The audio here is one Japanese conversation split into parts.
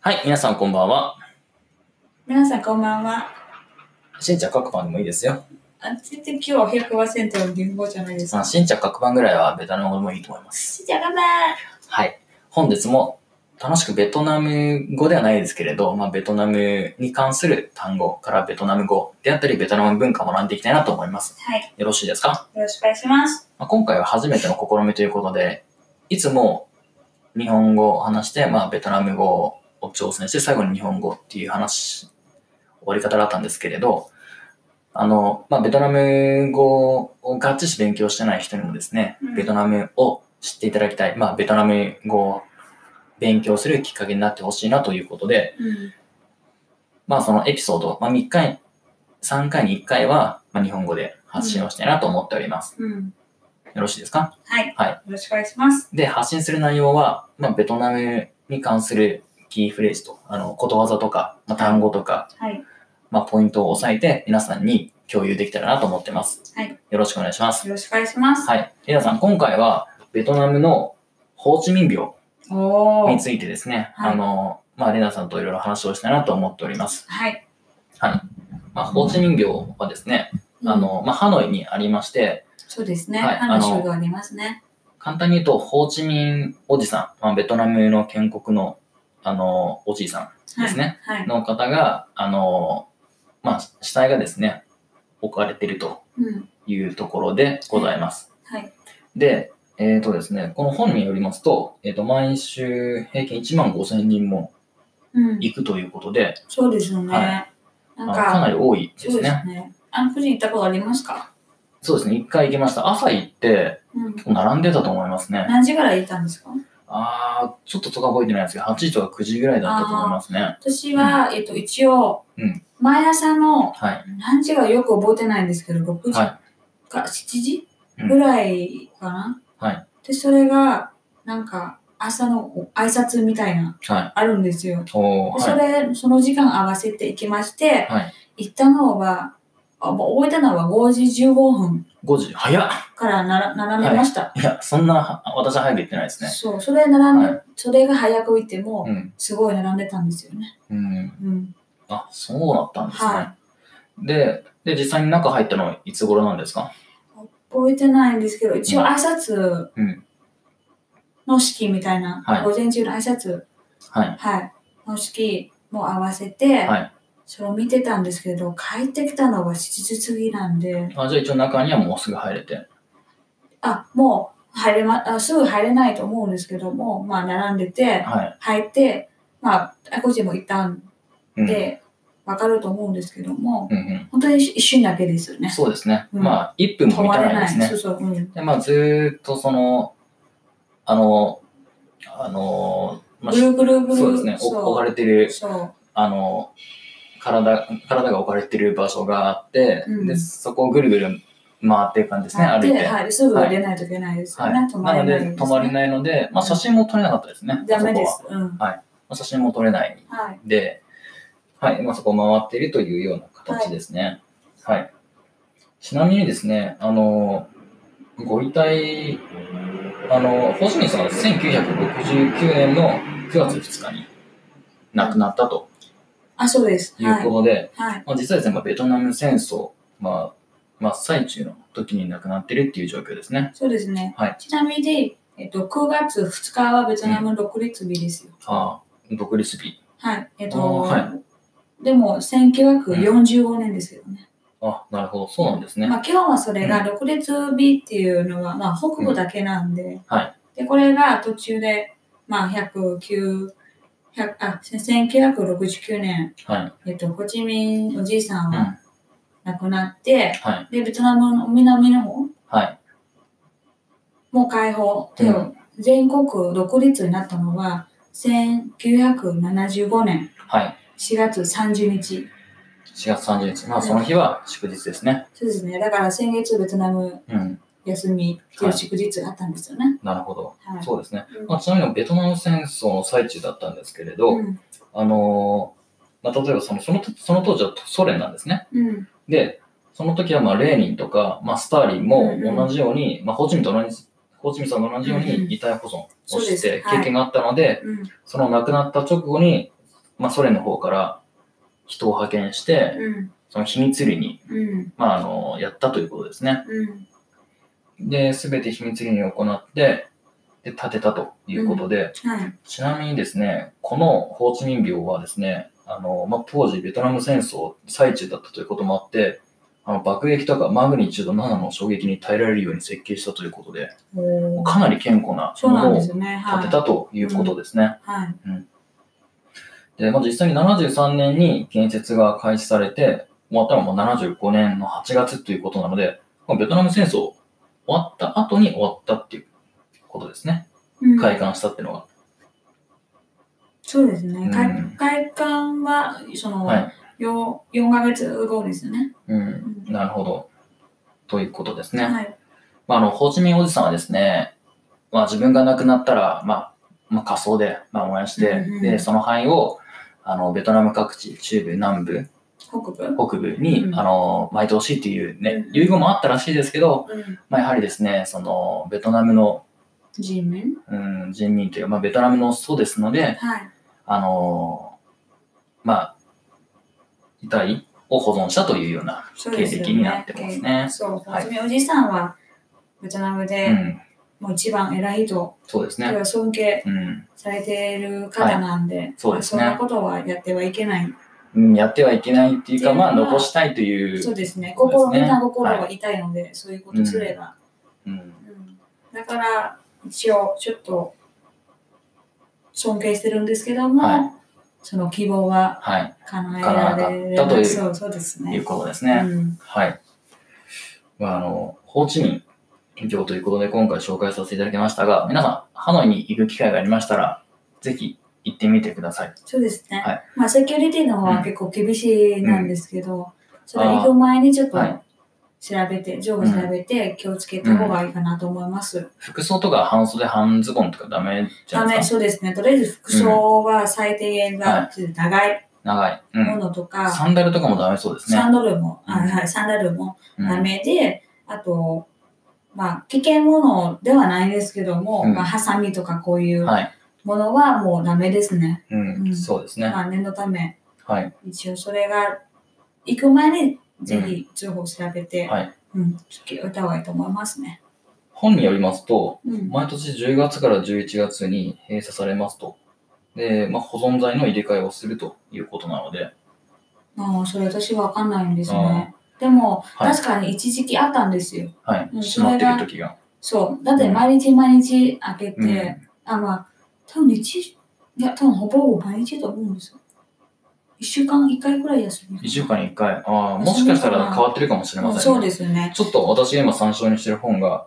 はい、皆さんこんばんは。皆さんこんばんは。新着各番でもいいですよ。あ、全然今日100%の言語じゃないですあか。新着各番ぐらいはベトナム語でもいいと思います。しちゃがなはい。本日も楽しくベトナム語ではないですけれど、まあ、ベトナムに関する単語からベトナム語であったり、ベトナム文化を学んでいきたいなと思います。はい、よろしいですか、よろしくお願いします。まあ、今回は初めての試みということで、いつも日本語を話して、まあ、ベトナム語を挑戦して、最後に日本語っていう話、終わり方だったんですけれど、あの、まあ、ベトナム語をガッチし勉強してない人にもですね、うんベトナムを知っていただきたい、まあ、ベトナム語を勉強するきっかけになってほしいなということで、うん。まあ、そのエピソード、まあ、3回、3回に1回は、まあ、日本語で発信をしたいなと思っております。うん。よろしいですかはい。はいよろしくお願いします。で、発信する内容は、まあ、ベトナムに関するキーフレーズと、あの、ことわざとか、まあ、単語とか、はい。まあ、ポイントを押さえて、皆さんに共有できたらなと思ってます。はい。よろしくお願いします。よろしくお願いします。はい。皆さん、今回は、ベトナムのホーチミン病おにー。ついてですね、はいあの、まあ、レナさんといろいろ話をしたいなと思っております。はい。まあ、ホーチミン病はですね、うんあ、の、まあ、ハノイにありまして、そうですね。はい話あのがありますね。簡単に言うと、ホーチミンおじさん、まあ、ベトナムの建国の、あの、おじいさんはい。ですね。はい。の方が、あの、まあ、死体がですね、置かれているとうん。いうところでございます。はい。で、えっ、とですね、この本によりますと、えっ、と、毎週平均1万5千人もうん。行くということで、そうですよね。はなあんのか、かなり多いでそすうでね。すね。あの、富士行ったことありますかそうですね、一回行きました。朝行って、うん。並んでたと思いますね。何時ぐらい行ったんですかあー、ちょっととか覚えてないですけど、8時とか9時ぐらいだったと思いますね。私は、えっと、一応うん、毎朝のはい。何時がよく覚えてないんですけど、6時はか7時うんぐらいかな、はい。でそれがなんか朝のお挨拶みたいないはい。あるんですよおでー、そはい。れ、その時間合わせて行きましてはい。行ったのはあもう覚えたのは5時15分5時。早っからなら並べました、いや、そんな、私は早く行ってないですね。そうそれ並んで、はそれが早く行ってもうん。すごい並んでたんですよねうん。うんあ、そうだったんですね。はで、で、実際に中入ったのはいつ頃なんですか覚えてないんですけど一応挨拶うん。の式みたいな、はい午前中の挨拶はい。はい、の式も合わせて、はいそれを見てたんですけど帰ってきたのが7時過ぎなんであじゃあ一応中にはもうすぐ入れて。あもう入れ、ま、あすぐ入れないと思うんですけどもまあ並んでてはい。入ってまああこっちも行ったんうん。で、わかると思うんですけどもうんうん、本当に一瞬だけですよねそうですね。うんまあ、1分も止満またれないなですいそね。うそう、うん、で、まあ、ずーっとその、あの、あの、まあ、ぐるぐるぐるそうですね。お置かそうれてる、そうあの、体、体が置かれてる場所があって、うんで、そこをぐるぐる回っていくんですね、はい歩いて。ではい、すぐ出ないといけないですよはい。ね、な止まれのないで、止まれいないので、まあ、写真も撮れなかったですね。ダメであそこはすうんまあ写真も撮れないはいで、はい、まあ、そこを回っているというような形ですね。はい。ちなみにですね、あの、ご遺体、あの、ホーチミンさんは1969年の9月2日に亡くなったとあそうですいうはいことで、はいまあ、実はですね、まあ、ベトナム戦争、まあ、真っ最中の時に亡くなっているっていう状況ですね。そうですね。はいちなみに、えっと、9月2日はベトナムの独立日ですよ。ああ、独立日。はい。えっと、あーでも、1945年ですよね。あ、なるほど、そうなんですね。まあ、基本はそれが独立日っていうのは、まあ、北部だけなんで、はいで、これが途中で、まあ、109、100あ、1969年、はい。えっと、ホチミンおじいさんうん。はは亡くなって、い。で、ベトナムの南の方はい。もう解放で、うん全国独立になったのは1975年はい。 4月30日4月30日。まあ、その日は祝日ですね。そうですねだから先月ベトナムうん。休みっていう祝日があったんですよねなるほど。はい、そうですねうん。まあ、ちなみにベトナム戦争の最中だったんですけれど、うんあのーまあ、例えばその、その時、その当時はソ連なんですね。うんで、その時は、まあ、レーニンとか、まあ、スターリンもうんうん同じように、まあ、ホーチミンと同じ、ホーチミンさんと同じよううんうんに遺体保存をそうしですてはい経験があったので、うんその亡くなった直後に、まあ、ソ連の方から人を派遣して、うんその秘密裏に、うんまあ、あの、やったということですね。うんで、すべて秘密裏に行って、で、建てたということで、はいちなみにですね、このホーチミン廟はですね、あの、まあ、当時ベトナム戦争最中だったということもあって、あの、爆撃とかマグニチュード7の衝撃に耐えられるように設計したということで、おーかなり健康なそうもなのんをです建よねはいてたということですね。はいで、まあ、実際に73年に建設が開始されて、終わったのはもう75年の8月ということなので、まあベトナム戦争終わった後に終わったっていうことですね。うん開館したっていうのが。そうですねうん開開館はそのはい。よ4ヶ月後ですよねうん。うんなるほど。ということですね。はいまあ、あの、ホーチミンおじさんはですね、まあ、自分が亡くなったら、まあ、まあ、火葬で、まあ、燃やして、うんうんで、その灰を、あの、ベトナム各地、中部、南部、北部北部に、うんあの、巻いてほしいっていうねう、ん遺言もあったらしいですけど、うんまあ、やはりですね、その、ベトナムの、人民うん、人民というか、まあ、ベトナムの祖ですので、はいあのまあ、遺体を保存したというようなそう経ですよ歴になってますね。そう、ホはいーチミンおじいさんはベトナムで、うん、もう一番偉い人、そうですそれね。は尊敬うんされている方なんで、そうですねまあそんなことはやってはいけない。うん、やってはいけないっていうか、まあ、っていうのは残したいといそうう、ですね、そうですね心、みんな心が痛いので、そういうことすれば。うん、うんだから、一応、ちょっと、尊敬してるんですけども、はいその希望ははい、叶えられ叶わなかったというそうそうですいね。うことですうね。ん、はい。まあ、あの、ホーチミン業ということで、今回紹介させていただきましたが、皆さん、ハノイに行く機会がありましたら、ぜひ行ってみてください。そうですね。はいまあ、セキュリティの方うんは結構厳しいなんですけど、それあー行く前にちょっとはい調べて、上部調べて気をつけた方がいいかなと思います。服装とか半袖、半ズボンとかダメじゃダないメ、ですか。そうですね。とりあえず服装は最低限はが長い長い。うもん。のとか、サンダルとかもダメそうですね。サンドルも、うんあはい、サンダルもうんダメで、あと、まあ、危険物ではないですけども、うんまあ、ハサミとかこういうはい。ものはもうダメですね。う、うんんそうですね。まあ、念のため、はい。一応それが、行く前にぜひ情報を調べて、はい。うん、聞いた方がいいと思いますね。本によりますと、うん。毎年10月から11月に閉鎖されますと。で、まあ、保存剤の入れ替えをするということなので、ああ、それ私わかんないんですね。でも、はい確かに一時期あったんですよ。はい。うん閉まってる時が。そう。だって毎日毎日開けて、うん。あ、まあ、多分日、いや、多分ほぼほぼ毎日だと思うんですよ。一週間一回くらい休み。 1週間に1回。ああ、もしかしたら変わってるかもしれませんね。そうですよね。ちょっと私が今参照にしてる本が、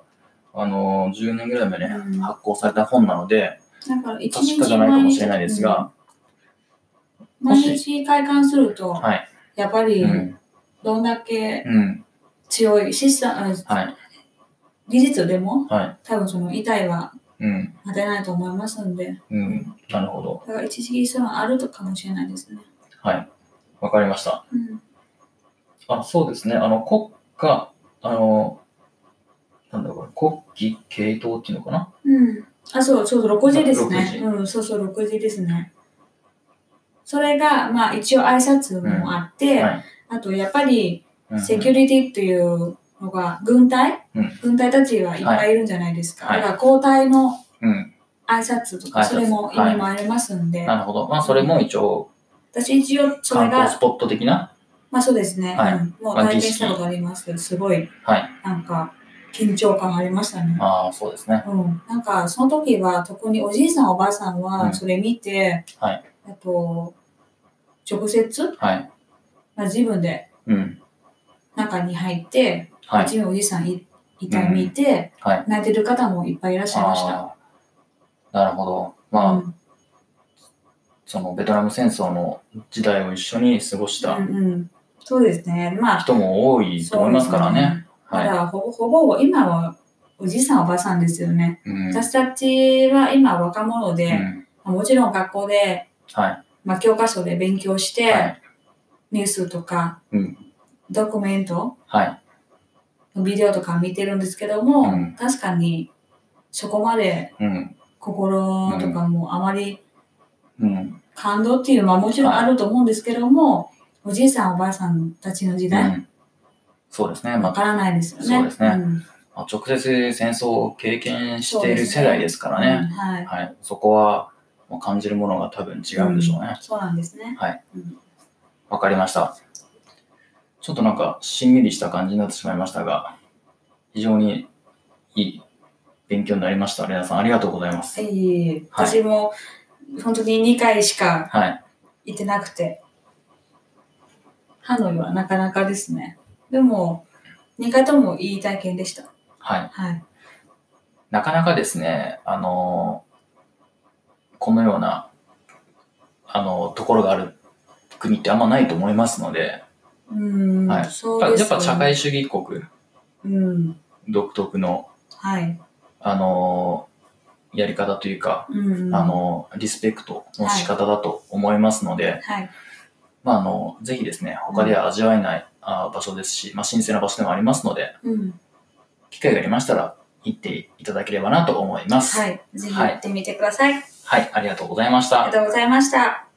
あのー10年ぐらい前にうん発行された本なので、だから一確日かじゃないかもしれないですが、うん毎日開館すると、はい。やっぱりう、ん。どんだけうん。強い、資産、あはい。技術でも、はい。多分その遺体はうん。当てないと思いますので、うん。なるほど。だから一時期そういうのあるとかもしれないですね。はい。わかりました。うん。あ、そうですね。あの、国家、あの、なんだろう、これ国旗系統っていうのかなうん。あ、そうそうそう、6時です6時ね。うん、そうそう、6時ですね。それが、まあ一応挨拶もあって、はいあとやっぱりうん。セキュリティっていうのが軍隊、うん軍隊たちはいっぱいいるんじゃないですか。はいだから交代のうん。挨拶と挨か、拶それも意味もありますんで、なるほど。まあ、それも一応、私一応そ観れ光スが、ポット的な、まあそうですね、はいうんもうまあ体験したことありますけど、すごいはい。なんか緊張感ありましたね。ああ、そうですね。うん、なんかその時は特におじいさんおばあさんうんはそれ見て、はいあと直接、はい。まあ、自分でうん。中に入って、はうい。ちのおじいさんいいた見て、はい。泣いてる方もいっぱいいらっしゃいました。あーなるほど。まあ、うんそのベトナム戦争の時代を一緒に過ごしたうんうん、そうですね。まあ、人も多いと思いますからそうですね。。たはい。だほぼほぼ今はおじいさんおばあさんですよね。うん。私たちは今若者うで、んもちろん学校で、はい。まあ、教科書で勉強して、はい。ニュースとか、うんドキュメントはい。ビデオとか見てるんですけども、うん確かにそこまでうん。心とかもあまりうん。感動っていうのはもちろんあると思うんですけども、おじいさんおばあさんたちの時う代、ん、そうですね、まわあからないですよね。そうですねんまあ直接戦争を経験している世代ですからうんね、はい。はい、そこはもう感じるものが多分違うんでしょうね。そうなんですね。はいうん。わかりました。ちょっとなんかしんみりした感じになってしまいましたが、非常にいい勉強になりました。レナさん、ありがとうございます。えいはい私も本当に2回しかはい。行ってなくて、ハノイはなかなかですね。でも、2回ともいい体験でした。はい。はい。なかなかですね、あのーこのような、あのーところがある国ってあんまないと思いますので、うん、はいそうやでっぱやっすよぱ社会主義国うん、独特の、はい。あのーやり方というか、うん、あ、のーリスペクトの仕方だと思いますので、はい。まあ、あの、ぜひですね、他では味わえない、あ場所ですし、まあ、神聖な場所でもありますので、うん、機会がありましたら、行っていただければなと思います。はい。ぜひ行ってみてください。はい、ありがとうございましあたり。がとうございました。